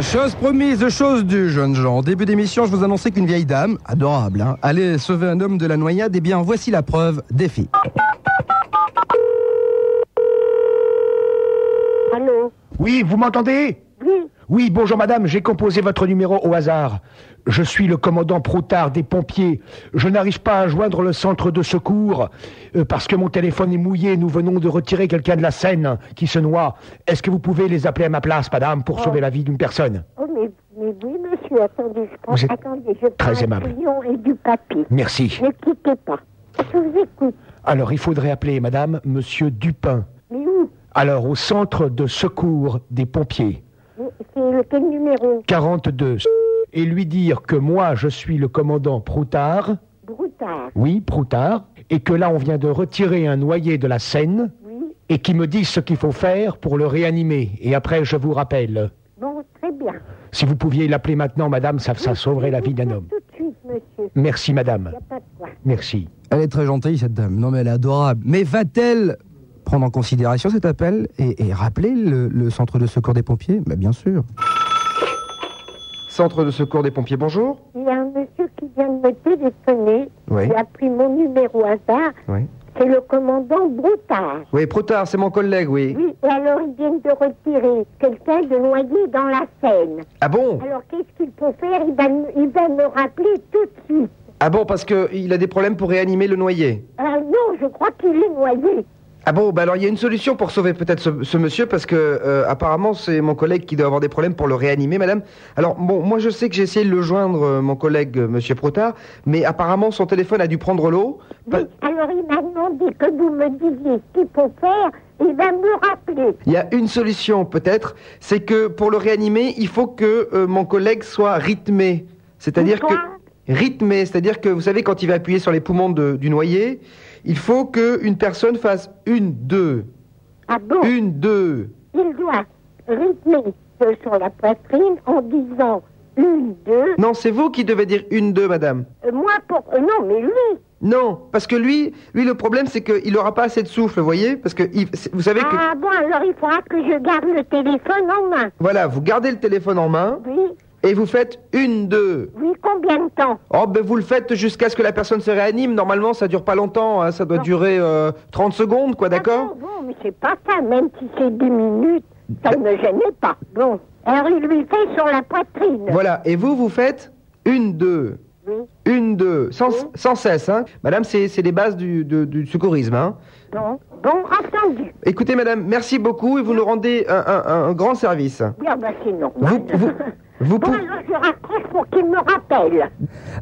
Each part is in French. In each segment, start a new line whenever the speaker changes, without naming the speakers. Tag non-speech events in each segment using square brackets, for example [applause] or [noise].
Chose promise, chose due, jeunes gens. Au début d'émission, je vous annonçais qu'une vieille dame, adorable, hein, allait sauver un homme de la noyade. Eh bien, voici la preuve. Défi.
Allô
Oui, vous m'entendez
Oui,
Oui, bonjour madame, j'ai composé votre numéro au hasard. Je suis le commandant Proutard des pompiers. Je n'arrive pas à joindre le centre de secours euh, parce que mon téléphone est mouillé. Nous venons de retirer quelqu'un de la Seine qui se noie. Est-ce que vous pouvez les appeler à ma place, madame, pour sauver la vie d'une personne
oh, mais, mais oui, monsieur, attendez, je prends,
Vous êtes
attendez, je prends un
aimable.
crayon et du papier.
Merci.
Ne quittez pas. Je vous écoute.
Alors, il faudrait appeler madame Monsieur Dupin.
Mais où
Alors, au centre de secours des pompiers,
Mais C'est lequel numéro
42, et lui dire que moi, je suis le commandant Proutard.
Broutard.
Oui, Proutard, et que là on vient de retirer un noyé de la Seine,
Oui.
et qui me disent ce qu'il faut faire pour le réanimer. Et après, je vous rappelle.
Bon, très bien.
Si vous pouviez l'appeler maintenant, madame, ça, ça sauverait la vie d'un homme.
Tout de suite, monsieur.
Merci,
Il
madame.
n'y a pas de quoi.
Merci.
Elle est très gentille, cette dame. Non, mais elle est adorable. Mais va-t-elle prendre en considération cet appel et, et rappeler le, le centre de secours des pompiers Bah, Bien sûr.
Centre de secours des pompiers, bonjour.
Il y a un monsieur qui vient de me téléphoner.
Oui.
Il a pris mon numéro hasard.
Oui.
C'est le commandant Broutard.
Oui, Protard, c'est mon collègue, oui.
Oui, et alors ils viennent de retirer quelqu'un de noyé dans la Seine.
Ah bon
Alors qu'est-ce qu'il faut faire il va, me- il va me rappeler tout de suite.
Ah bon, parce qu'il a des problèmes pour réanimer le noyé.
Ah non, je crois qu'il est noyé.
Ah bon, bah alors il y a une solution pour sauver peut-être ce, ce monsieur, parce que euh, apparemment c'est mon collègue qui doit avoir des problèmes pour le réanimer, madame. Alors bon, moi je sais que j'ai essayé de le joindre, euh, mon collègue, euh, monsieur Protard, mais apparemment son téléphone a dû prendre l'eau. Pa-
Oui, alors il m'a demandé que vous me disiez ce qu'il faut faire. Il va me rappeler.
Il y a une solution peut-être, c'est que pour le réanimer, il faut que euh, mon collègue soit rythmé. C'est-à-dire que...
Pourquoi
rythmé, c'est-à-dire que vous savez quand il va appuyer sur les poumons de- du noyé, il faut que une personne fasse une deux,
Ah bon
une deux.
Il doit rythmer euh, sur la poitrine en disant une, deux.
Non, c'est vous qui devez dire une deux, madame.
Euh, moi pour. euh, non, mais lui.
Non, parce que lui, lui le problème c'est qu'il n'aura pas assez de souffle, vous voyez, parce que il- c'est- vous savez que
Ah bon, alors il faudra que je garde le téléphone en main.
voilà, vous gardez le téléphone en main
Oui,
et vous faites une deux.
oui, combien de temps
Oh ben vous le faites jusqu'à ce que la personne se réanime. Normalement ça dure pas longtemps, hein, ça doit
Non.
durer euh, 30 secondes quoi,
Ah
d'accord
bon, bon, mais c'est pas ça, même si c'est dix minutes, ça ne me gênait pas. Bon. Alors il lui fait sur la poitrine.
Voilà, et vous vous faites une deux.
Oui.
Une, deux, sans, sans cesse, hein. Madame, c'est c'est les bases du, de- du secourisme, hein.
Bon, bon, entendu.
Écoutez, madame, merci beaucoup et vous nous rendez un, un- un- un grand service.
Bien, ben c'est
Vous,
[laughs] normal.
vous, vous
Bon,
pou-
alors je raccroche pour qu'il me rappelle.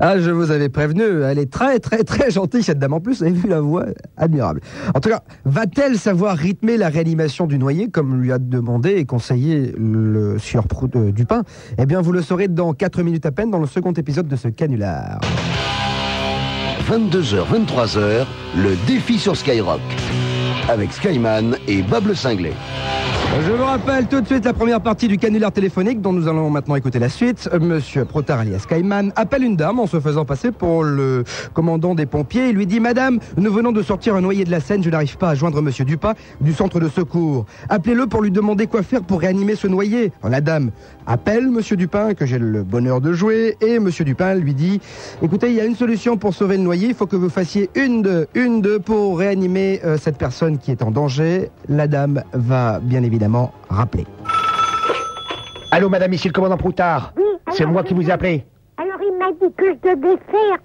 Ah, je vous avais prévenu, elle est très, très, très gentille, cette dame. En plus, vous avez vu la voix admirable. En tout cas, va-t-elle savoir rythmer la réanimation du noyé, comme lui a demandé et conseillé le sieur Prou- euh, Dupin Eh bien, vous le saurez dans 4 minutes à peine, dans le second épisode de ce canular.
22h, 23h, le défi sur Skyrock. Avec Skyman et Bob le Cinglé.
Je vous rappelle tout de suite la première partie du canular téléphonique dont nous allons maintenant écouter la suite. Euh, Monsieur Protard alias Kaiman appelle une dame en se faisant passer pour le commandant des pompiers. Il lui dit Madame, nous venons de sortir un noyé de la Seine, je n'arrive pas à joindre Monsieur Dupin du centre de secours. Appelez-le pour lui demander quoi faire pour réanimer ce noyé. Alors, la dame appelle Monsieur Dupin, que j'ai le bonheur de jouer, et Monsieur Dupin lui dit Écoutez, il y a une solution pour sauver le noyé, il faut que vous fassiez une, deux, une, deux pour réanimer euh, cette personne qui est en danger. La dame va bien évidemment rappeler.
Allô, madame, ici le commandant Proutard.
Oui, alors
C'est moi
je
qui vous ai
dois-
appelé.
Alors il m'a dit que je devais faire,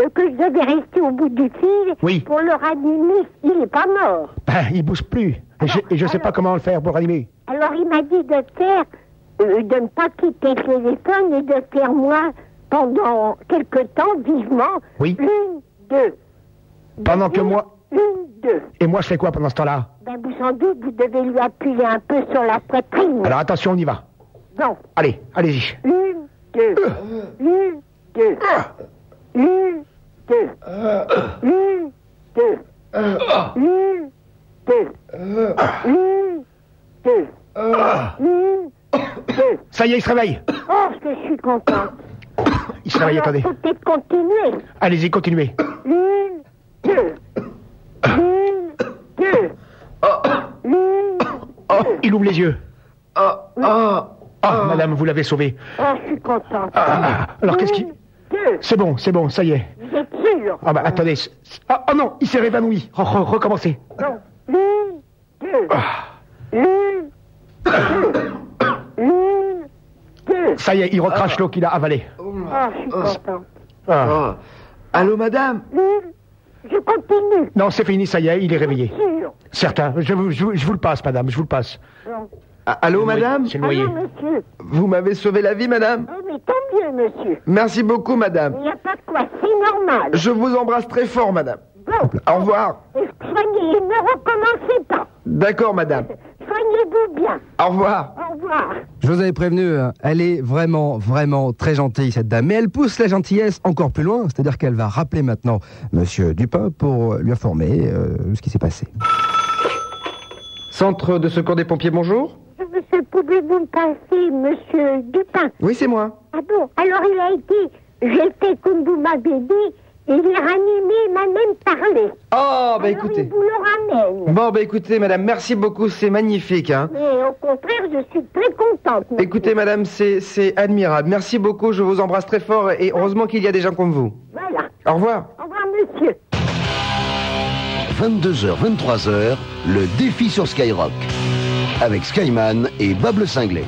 euh, que je devais rester au bout du fil
Oui.
pour le ranimer. Il n'est pas mort.
Ben, il bouge plus. Et je, et je sais
alors-
pas comment le faire pour animer.
Alors il m'a dit de faire, euh, de ne pas quitter le téléphone et de faire moi pendant quelque temps vivement.
Oui.
Une, deux.
Pendant que
Une,
moi.
Une, deux.
Et moi, je fais quoi pendant ce temps-là
Ben vous sans doute vous devez lui appuyer un peu sur la poitrine.
Alors, attention, on y va.
Bon.
Allez, allez-y.
Une, deux. Une, deux. Une, deux. Une, deux. Une, deux. Une, deux. Une, deux.
Ça y est, il se réveille.
Oh, que je suis contente.
Il se réveille,
Alors,
attendez.
faut peut-être continuer.
Allez-y, continuez.
Une, deux. Une, deux. Une,
Il ouvre les yeux. Ah, madame, vous l'avez sauvé.
Ah, je suis contente.
Ah, alors qu'est-ce qui...
Une, Deux,
C'est bon, c'est bon, ça y est.
vous êtes sûr
Ah bah attendez. c'est- Ah oh non, il s'est révanoui. Re- re- recommencez.
Non. Une, deux. Une, deux. Une, deux.
Ça y est, il recrache l'eau qu'il a avalée.
Ah, je suis contente.
Ah.
Ah. Allô, madame
Une, je continue.
Non, c'est fini, ça y est, il est réveillé.
Sûr.
Certain. Je, vous- je vous- je vous le passe, madame, je vous le passe.
Non.
Ah, Allô, madame
C'est le
Ah
noyer.
non, monsieur.
Vous m'avez sauvé la vie, madame
Ah, mais tant mieux, monsieur.
Merci beaucoup,
Il
madame.
n'y a pas de quoi. C'est normal.
Je vous embrasse très fort, madame.
Bon.
Au revoir.
Et soignez, ne recommencez pas.
D'accord, madame.
Soignez-vous bien.
Au revoir.
Au revoir.
Je vous avais prévenu, hein, elle est vraiment, vraiment très gentille, cette dame. Mais elle pousse la gentillesse encore plus loin, c'est-à-dire qu'elle va rappeler maintenant Monsieur Dupin pour lui informer euh, de ce qui s'est passé.
Centre de secours des pompiers, bonjour
Monsieur, pouvez-vous me passer, monsieur Dupin
Oui, c'est moi.
Ah bon Alors il a été, j'étais comme vous m'avez dit, il est ranimé, il m'a même parlé.
Oh, bah
Alors, il
écoutez.
vous le ramène.
Bon, bah écoutez, madame, merci beaucoup, c'est magnifique, hein.
Mais au contraire, je suis très contente. monsieur.
Écoutez, madame, c'est c'est admirable. Merci beaucoup, je vous embrasse très fort et heureusement qu'il y a des gens comme vous.
Voilà.
Au revoir.
Au revoir, monsieur.
22h, 23h, le défi sur Skyrock. Avec Skyman et Bable Cinglé.